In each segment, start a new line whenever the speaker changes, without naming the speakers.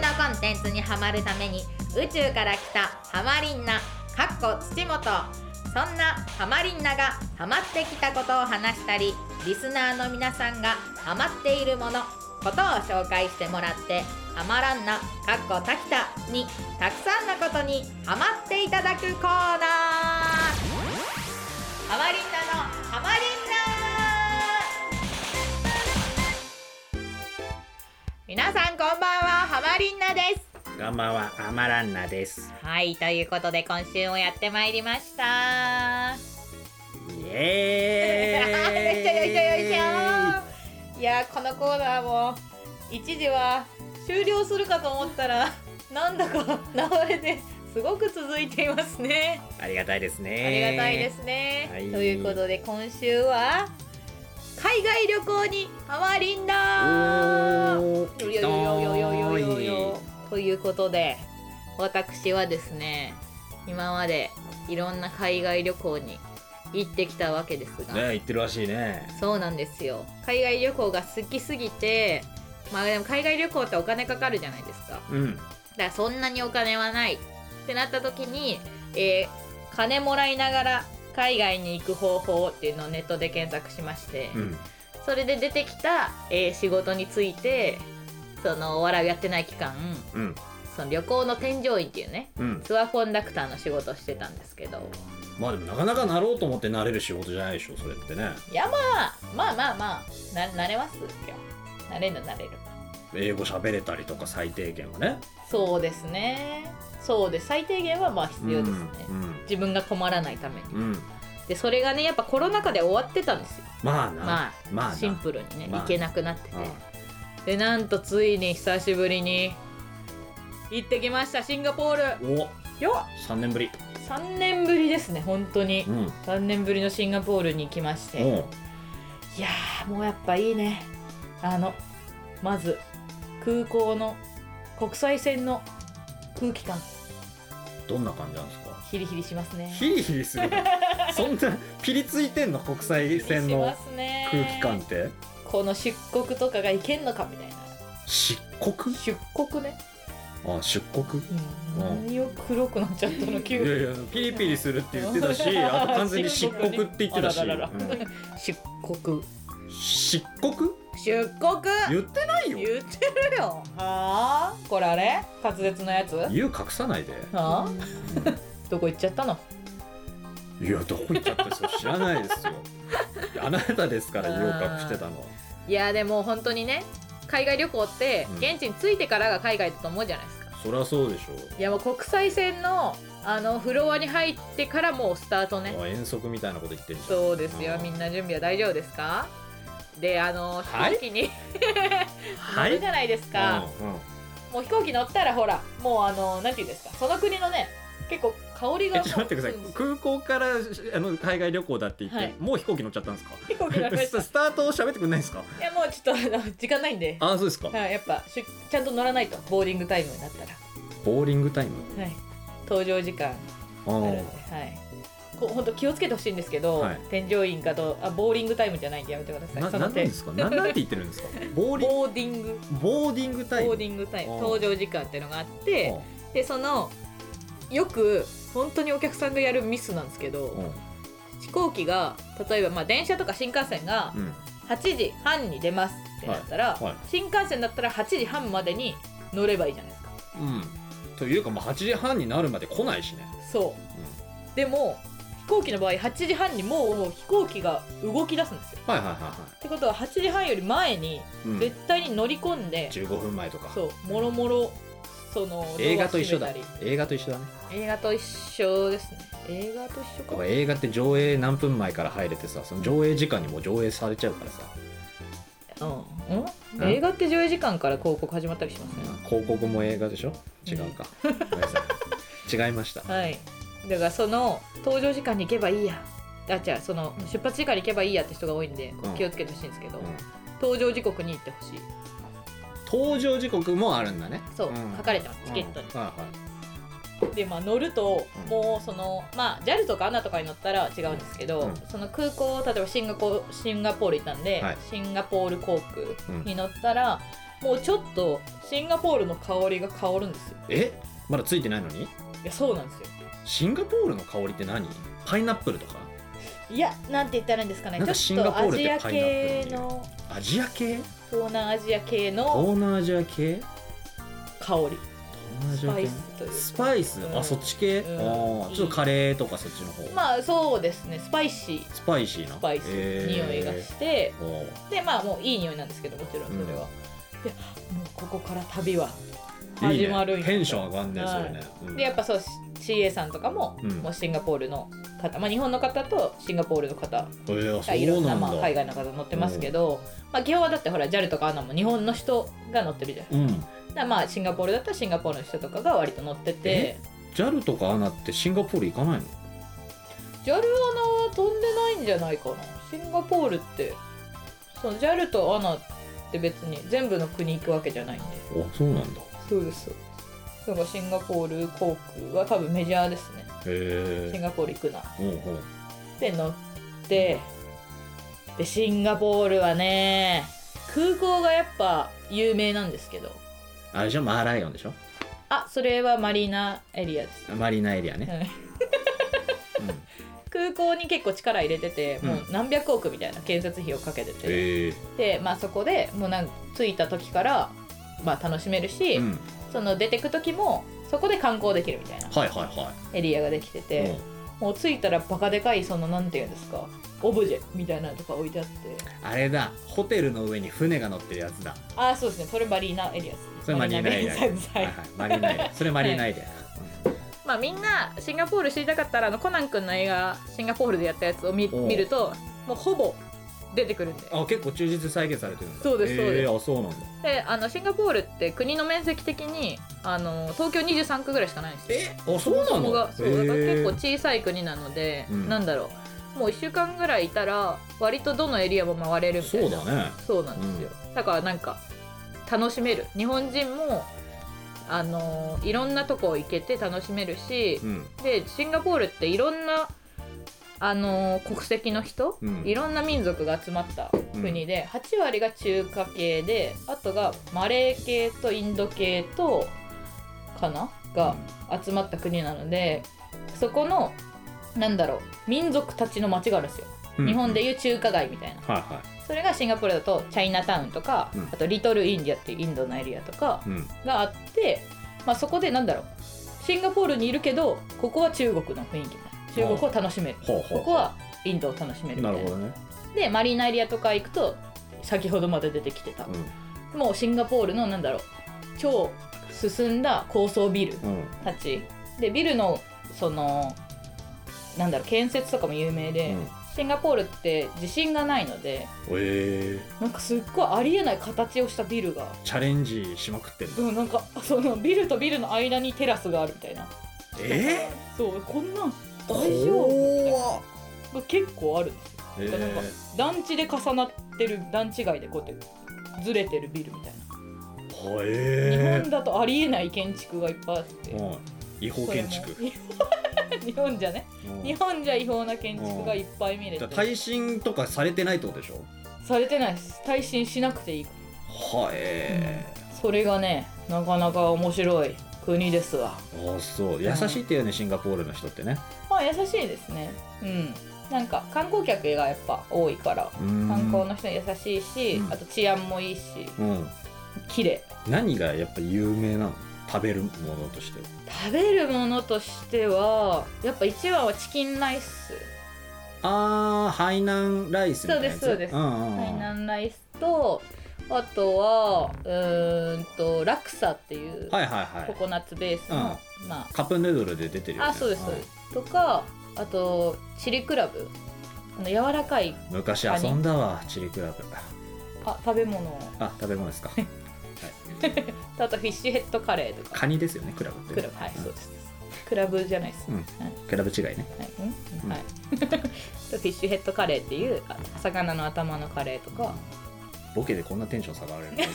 なコンテンツにハマるために宇宙から来たハマリンナかっこ土本そんなハマリンナがハマってきたことを話したりリスナーの皆さんがハマっているものことを紹介してもらってハマらんなかっこたきたにたくさんのことにハマっていただくコーナーハマリンナのハマリンナ皆さんこんばんはハマリンナです
ガンバはアマラン ナです。
はいということで今週もやってまいりました
イ
よいしょよいしょよいし
エー
ょいやーこのコーナーも一時は終了するかと思ったらなんだか流れですごく続いていますね、
イ。ありがたいですね。
ありがたいですね、
はい
ということで今週は海外旅行にハマりん
お
だ
ー。
よよよよよよよよということで私はですね今までいろんな海外旅行に行ってきたわけですが、
ね言ってるらしいね。
そうなんですよ海外旅行が好きすぎてまあでも海外旅行ってお金かかるじゃないですかだか
うん。
らそんなにお金はないってなった時に、えー金もらいながら海外に行く方法っていうのをネットで検索しまして、
うん。
それで出てきた、えー仕事についてそのお笑いをやってない期間
うん。
その旅行の添乗員っていうね
うん。
ツアーコンダクターの仕事をしてたんですけど
まあでもなかなかなろうと思ってなれる仕事じゃないでしょ、それってね。
いやまあまあまあまあな慣れますよ慣れる慣れる
英語喋れたりとか最低限はね。
そうですねそうです最低限はまあ必要ですね、
うん。
自分が困らないために
うん。うん
でそれがねやっぱコロナ禍で終わってたんですよ
まあな。
まあ、
まあな
シンプルにね、
まあ
行けなくなってて、
うん
でなんとついに久しぶりに行ってきましたシンガポール
お、
よっ
三年ぶり。
3年ぶりですね本当に
うん。
3年ぶりのシンガポールに行きまして
おう。
いやーもうやっぱいいねあのまず空港の国際線の空気感
どんな感じなんですか。
ヒリヒリしますね
ヒリヒリするのそんなピリついてんの国際線の空気感って
この出国とかがいけんのかみたいな
漆黒
出国ね、
あ出国
うん
うん
何を黒くなっちゃったの
い
急
や
に
いやピリピリするって言ってたしあと完全に漆黒って言ってたし
あらららら
うん
出国
漆黒
出国
言ってない
言
よ
ってるよはあこれあれ滑舌のやつは
言う隠さないで
あどこ行っちゃったの
いやどこ行っちゃってそれ知らないですよあなたですから言う隠してたの
いやでも本当にね海外旅行って
うん
現地に着いてからが海外だと思うじゃないですか、
そりゃそうでしょ
いやもう国際線のあのフロアに入ってからもうスタートね
う、遠足みたいなこと言ってんじゃん
そうですよ
うん
みんな準備は大丈夫ですかであの
はい
飛行機に、乗るじゃないですか、
うんうん
もう飛行機乗ったらほらもうあのなんていうんですかその国のね結構香りが
えちょっと待ってください
うん
空港からあの海外旅行だって言って、
はい
もう飛行機乗っちゃったんですか
飛行機乗りま したい
スタートを喋ってくれないんですか
やもうちょっとあの時間ないんで、
あそうですか、
はい、やっぱしちゃんと乗らないとボーディングタイムになったら、
ボーリングタイム
はい、搭乗時間
あ
あるんで
ー、
はい。こう本当気をつけてほしいんですけど、
はい
添乗員かとあボーリングタイムじゃないんでやめてください。
な
そ
な
の
んて言う
点
んですかななんて言ってるんですかボーリング
ボーディング
ボーディングタイム
ボーディングタイム
うん
搭乗時間っていうのがあって、でそのよく本当にお客さんがやるミスなんですけ
うん
ど、飛行機が例えばまあ電車とか新幹線が
うん
8時半に出ますってなったら、
いはい
新幹線だったら8時半までに乗ればいいじゃないですか。
うんというかもう8時半になるまで来ないしね、
そう。でも飛行機の場合8時半にもうもう飛行機が動き出すんですよ。
はいはいはいは
ってことは8時半より前に
い、うん、
絶対に乗り込んで、
15分前とか
そうもろもろその
映画と一緒
ドア
だ
閉めた
映画と一緒だね
り映画と一緒ですね映画と一緒か
映画って上映何分前から入れてさその上映時間にもう上映されちゃうからさ
うん、うん、
うん
映画って上映時間から広告始まったりしますね
広告も映画でしょ違うか、ごめんなさい違いました
はいだからその搭乗時間に行けばいいやあ違うその
うん
出発時間に行けばいいやって人が多いんで
うん
気をつけてほしいんですけど、
うん
搭乗時刻に行ってほしい
登場時刻もあるんだね
そう、書かれてます
チ
チケットに、
はいはい
でまあ乗ると、
うん
もうそのまあ JAL とか ANA とかに乗ったら違うんですけど、
うん
その空港例えばシンガポシンガポール行ったんで、
はい
シンガポール航
うん
空に乗ったら、もうちょっとシンガポールの香りが香るんですよ
えまだついてないのに
いやそうなんですよ
シンガポールの香りって何パイナップルとか
いやなんて言ったらいいんですかね
なんかシ
ち
ン
ょ
ガ
っ
ポ
と
ー
ア
ルっ
ジ
て
ア
パイナッ
系
プルの
の
アジア系
東南アジア系の
東南アジア系
香り
東
スパ
南ア
イ
ジ
スとい
ア系
う
スパイス
うん
あそっち系、
うん
ああちょっとカレーとかそっちの方、
まあそうですねスパイシー
スパイシーな
スパイス匂いが
へ
して、
ーおー
でまあもういい匂いなんですけどもちろんそれは、
うん
でもうここから旅はい
いね
始まるんや
テンション上がんね
はい
それね、うん
でやっぱそう CA さんとかも,、
うん
もうシンガポールの方、まあ、日本の方とシンガポールの方
えー
がいろ
そうん
な
なん
まあ
だ
海外の方乗ってますけど、まあ、基本はだってほら JAL とか ANA も日本の人が乗ってるじゃん
うん
だからまあシンガポールだったらシンガポールの人とかが割と乗ってて
JAL とか ANA ってシンガポール行かないの
JAL アナは飛んでないんじゃないかなシンガポールってその JAL と ANA って別に全部の国行くわけじゃないんで
あそうなんだ
そうですだからシンガポール航空は多分メジャーですね
へ
シン
え
ガポール行くな
おうおう
で乗ってでシンガポールはね空港がやっぱ有名なんですけど
あれじゃマーライオンでしょ
あそれはマリーナエリアです
マリーナエリアね、
はい
う
空
ん、
港に結構力入れてて、もう何百億みたいな建設費をかけてて、
へえ
で、まあ、そこでもうなん着いた時から、まあ、楽しめるし、
うん、
その出てく時もそこで観光できるみたいな
はいはいは
エリアができて
い、
て、もう着いたらバカでかいそのなんていうんですかオブジェみたいなのとか置いてあって
うん、あれだホテルの上に船が乗ってるやつだ
ああそうですねそれマリーナエリアです
それマリーナエリア
マリーナエリア
はいはいマリーナエリアそれマリーナエリア、
まあみんなシンガポール知りたかったらあのコナン君の映画シンガポールでやったやつを見
おう
見るともうほぼ出てくるんで
あ結構忠実に再現されてるんだ
そうですそうです
へえあそうなんだ
であのシンガポールって国の面積的にあの東京23区ぐらいしかないんですよ
えあそうな
そこ
の
がそう
へ
だ
え
から結構小さい国なので、
うん
なんだろうもう1週間ぐらいいたら割とどのエリアも回れるみたい
そ
な
うだね
そうなんですよ、だからなんか楽しめる日本人もあのいろんなとこ行けて楽しめるし
う、ん
でシンガポールっていろんなあの国籍の人、
うん
いろんな民族が集まった国で、8割が中華系であとがマレー系とインド系とかなが集まった国なのでそこのなんだろう民族たちの街があるんですよ、
うん
日本でいう中華街みたいな
はいは
それがシンガポールだとチャイナタウンとか、
うん
あとリトルインディアっていうインドのエリアとか
いうん
があって、まあ、そこでなんだろうシンガポールにいるけどここは中国の雰囲気みたいな中国を楽しめる、
ほうほう
ここはインドを楽しめるみた
ないる
な
ほどね
でマリーナエリアとか行くと先ほどまで出てきてた、もうシンガポールのなんだろう超進んだ高層ビル
うんうん
たちでビルのそのなんだろう建設とかも有名で、
うん
シンガポールって地震がないので
ええ
なんかすっごいありえない形をしたビルが、
チャレンジしまくってんだ
うん、なんかそのビルとビルの間にテラスがあるみたいな
え
そうこんなん
ー、
大丈夫みたいな
怖っ
が結構あるんですよ
え
なんか
ー、
団地で重なってる団地街でこうやってずれてるビルみたい
は
な、日
え
本だとありえない建築がいっぱいあって
ー、はい違法建築
それも日本じゃね
うん
日本じゃ違法な建築がいっぱい見れ
じゃあ
て
耐震とかされてないってことでしょ
されてないです耐震しなくていいか
はえ
らそれがねなかなか面白い国ですわ
ー、あそう優しいっていうねシンガポールの人ってね
まあ優しいですねうんなんか観光客がやっぱ多いから観
観
光の人に優しいし、
うん
あと治安もいいし
うん
綺麗
何がやっぱ有名なの食べるものとしては
食べるものとしてはやっぱ一番はチキンライス
あー海南ライスみたいなやつ
そうですそうです
んうんうん
海南ライスとあとはうーんとラクサっていう
はいはいは
コ
い
コナッツベースの、まあ
カップヌードルで出てるよ、ね、
あそうですそうで
ん
すとかあとチリクラブあの柔らかい
昔遊んだわチリクラブ
あ食べ物
あ食べ物ですか
とあとフィッシュヘッドカレーとか
カニですよねクラブって
クラブはいそうですクラブじゃないです、
うんクラブ違いね
はい、
うん
はい とフィッシュヘッドカレーっていうあ魚の頭のカレーとか
ボケでこんなテンション下がられるのね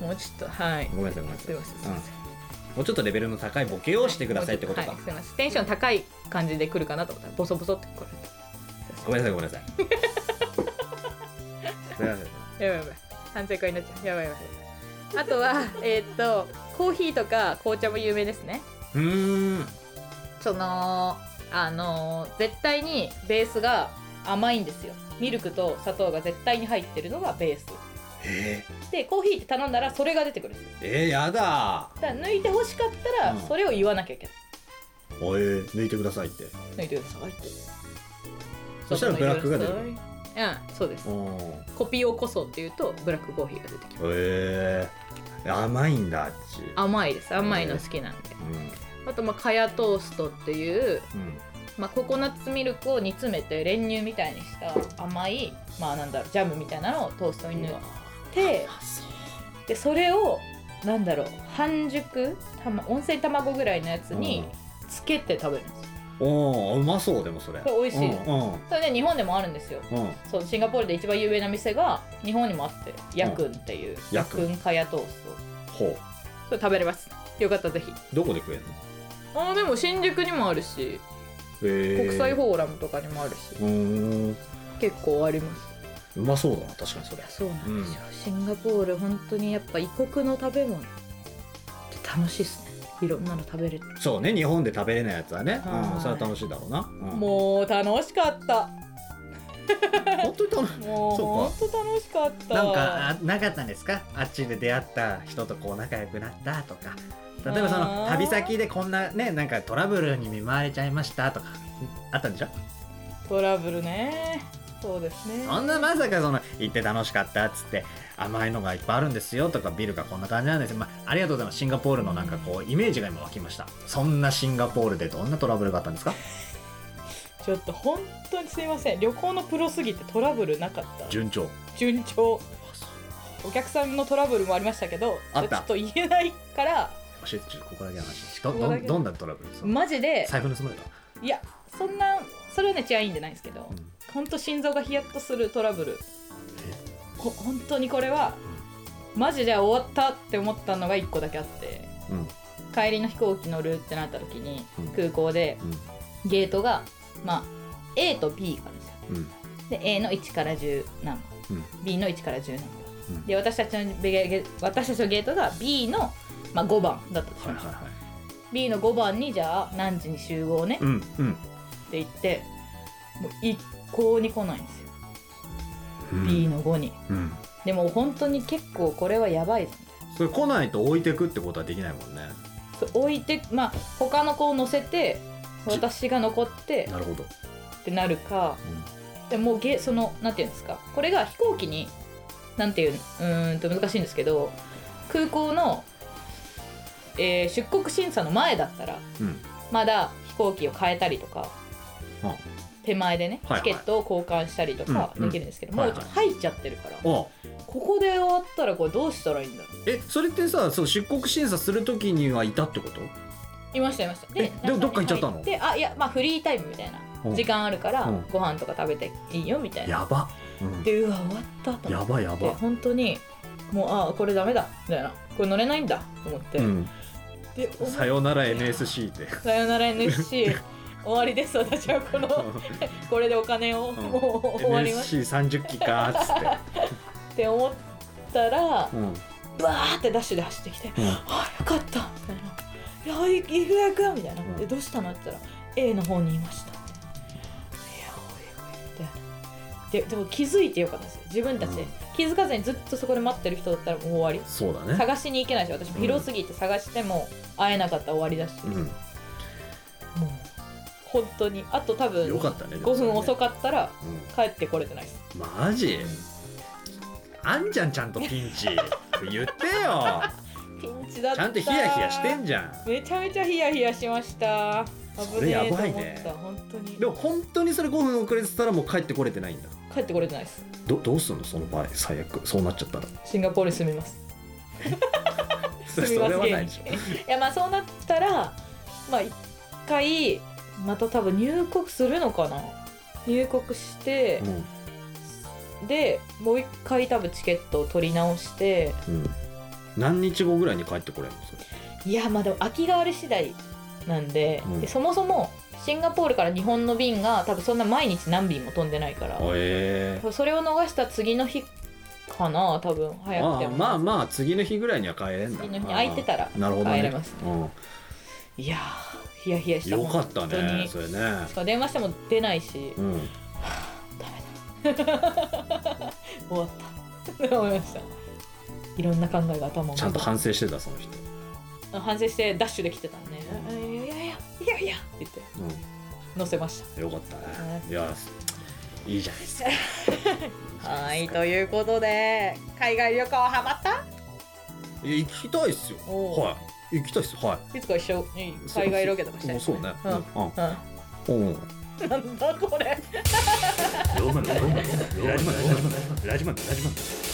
もうちょっとはい
うんごめんなさいごめんな
す
さ
い
い
ませんすいません
うんもうちょっとレベルの高いボケをしてくださいってことか、
はい、すいませんテンション高い感じで来るかなと思ったらボソボソって来る
ごめんなさいごめんなさいすいません
ばいやばい反省会になっちゃうやばいやばいあとはえーっとコーヒーとか紅茶も有名ですね
うーん
そのあのー絶対にベースが甘いんですよミルクと砂糖が絶対に入ってるのがベース
え
でコーヒーって頼んだらそれが出てくるんですよ
ー、えー、やだ
だから抜いて欲しかったら
うん
それを言わなきゃいけない、
おえー抜いてくださいって
抜いてくださいって
そしたらブラックが出る
うんそうです
うん
コピーをこそっていうとブラックコーヒーが出てきます
えー、甘いんだあっち
甘いです甘いの好きなんで、あとまあカヤトーストっていう、
うんうん
まあ、ココナッツミルクを煮詰めて練乳みたいにした甘いまあなんだろうジャムみたいなのをトーストに塗ってでそれをなんだろう半熟た、ま、温泉卵ぐらいのやつにつけて食べるんですよ
おうまそうでもそれ
これ美味しいです
うん
それね日本でもあるんですよ
うんうん
そうシンガポールで一番有名な店が日本にもあってヤクンっていう、
ヤ
ヤ
クン
クンカヤトース
ほ
トそれ食べれますよかったらぜひ
うどこで食えるの
あーでも新宿にもあるし
えー
国際フォーラムとかにもあるし
うーん
結構あります
うまそうだな確かにそれ
そうなんですよ、シンガポール本当にやっぱ異国の食べ物って楽しいっすねいろんなの食べれる、
そうね日本で食べれないやつはね、
はい
うん、それは楽しいだろうな、うん、
もう楽しかった
本当に楽しい
もう
そ
本当楽しかった
なんかあなかったんですかあっちで出会った人とこう仲良くなったとか例えばその
あー
旅先でこんなねなんかトラブルに見舞われちゃいましたとかあったんでしょ
トラブルねそうですね
そんなまさかその行って楽しかったっつって甘いのがいっぱいあるんですよとかビルがこんな感じなんですよ、まあ、ありがとうございますシンガポールのなんかこうイメージが今湧きましたそんなシンガポールでどんなトラブルがあったんですか
ちょっと本当にすいません旅行のプロすぎてトラブルなかった
順調
順調お客さんのトラブルもありましたけど
あった
ちょっと言えないから
教えてちょっとここだけの話ど
ここ
ど
だ
ん
け
どんなトラブルですか
マジで
財布盗まれた、
いやそんなそれはね治安いいんじゃないんですけど、
うん
本当心臓がヒヤッとするトラブルほ本当にこれはマジで終わったって思ったのが1個だけあって
うん
帰りの飛行機乗るってなった時に
うん
空港で
うん
ゲートがまあ A と B があるんですよ
うん
で A の1から10何個、
うん
B の1から10何個、
うん
で私たちのベゲゲ私たちのゲートが B の、まあ、5番だったとし
はい
ま
は
し
い
ょう、
はい
B の5番にじゃあ何時に集合ね、
うんうん
って言ってもう一向に来ないんですよ、B の5に
うん
でも本当に結構これはやばいぞ
それ来ないと置いてくってことはできないもんね
そう置いてまあ他の子を乗せて私が残って
なるほど、
ってなるかでもうゲそのなんていうんですかこれが飛行機になんていううーんと難しいんですけど空港の、えー出国審査の前だったら
うんうん
まだ飛行機を変えたりとか
あ
手前でね、
はいはい
チケットを交換したりとか
うんうん
できるんですけど、
はい
も
はいう
入っちゃってるから、
あ
ここで終わったらこれどうしたらいいんだろう
えそれってさそう出国審査するときにはいたってこと
いましたいました
えでもどっか行っちゃったの
であいやまあフリータイムみたいな
うん
時間あるから、
うん
ご飯とか食べていいよみたいな
やば、うん
でうわ終わったと
や
思っ
ばいや
て
ば
本当にもうあこれダメだみたいなこれ乗れないんだと思って、
うん
でお
さよなら NSC って
さよなら NSC 終わりです私はこのこれでお金を、
ん
もう終わります
NSC30 期かーっつって、
って思ったら
うん
バーってダッシュで走ってきて「あよかった」みたいな「いやいい予約や」みたいな
う
「
ん
でどうしたの?」って言ったら「A の方にいました」いやおいおい」みたいなででも気づいてよかったですよ自分たちで、
うん
気づかずにずっとそこで待ってる人だったらもう終わり
そうだね
探しに行けないし私も広すぎて探しても会えなかったら終わりだし、
う
もうん本当にあと多分
よかったね
5分遅
く、
かったら
う
帰ってこれてないです
ん、マジあんじゃんちゃんとピンチ言ってよ
ピンチだっ
ち
た
ゃんとヒヤヒヤしてんじゃん
めちゃめちゃヒヤヒヤしました
それやばい
危
ね
えと思った本当に
でも本当にそれ5分遅れてたらもう帰ってこれてないんだ
帰ってこれてないです
どどうすんのその場合最悪そうなっちゃったら
シンガポールに住みます
そ
すみません
れはないでしょ
いやまあそうなったらまあ一回また多分入国するのかな入国して、
う
でもう一回多分チケットを取り直して
んうん何日後ぐらいに帰ってこれるのそれ
いやまあでも空きがある次第なんで,
う
で、
ん
そもそもシンガポールから日本の便が多分そんな毎日何便も飛んでないから、
へえ
それを逃した次の日かな多分早く
あ
て
あ
も
まあまあ次の日ぐらいには帰れんだ
次の日空いてたら
ああなるほど、ね、
帰れますいやーヒヤヒヤ
う
し
ん、
た
よかった
本当
ね
に
それね
しかも電話しても出ないし
うん
ダメだ 終わった って思いましたいろんな考えが頭を
ちゃんと反省してたその人、
反省してダッシュで来てたんで、ね、いやいやいやいやって言って乗せまし
うん、よかったね
ね
いやいいじゃないですか
たはいということで海外旅行ハマった
いや行きたいっすよ
おう
はい行きたいっすはい
いつか一緒に海外ロケとかしたい
もう
ね
そうね
うん
うん
うん
うん
なんだこれ
ロマンロマンラジマンラジマンラジマン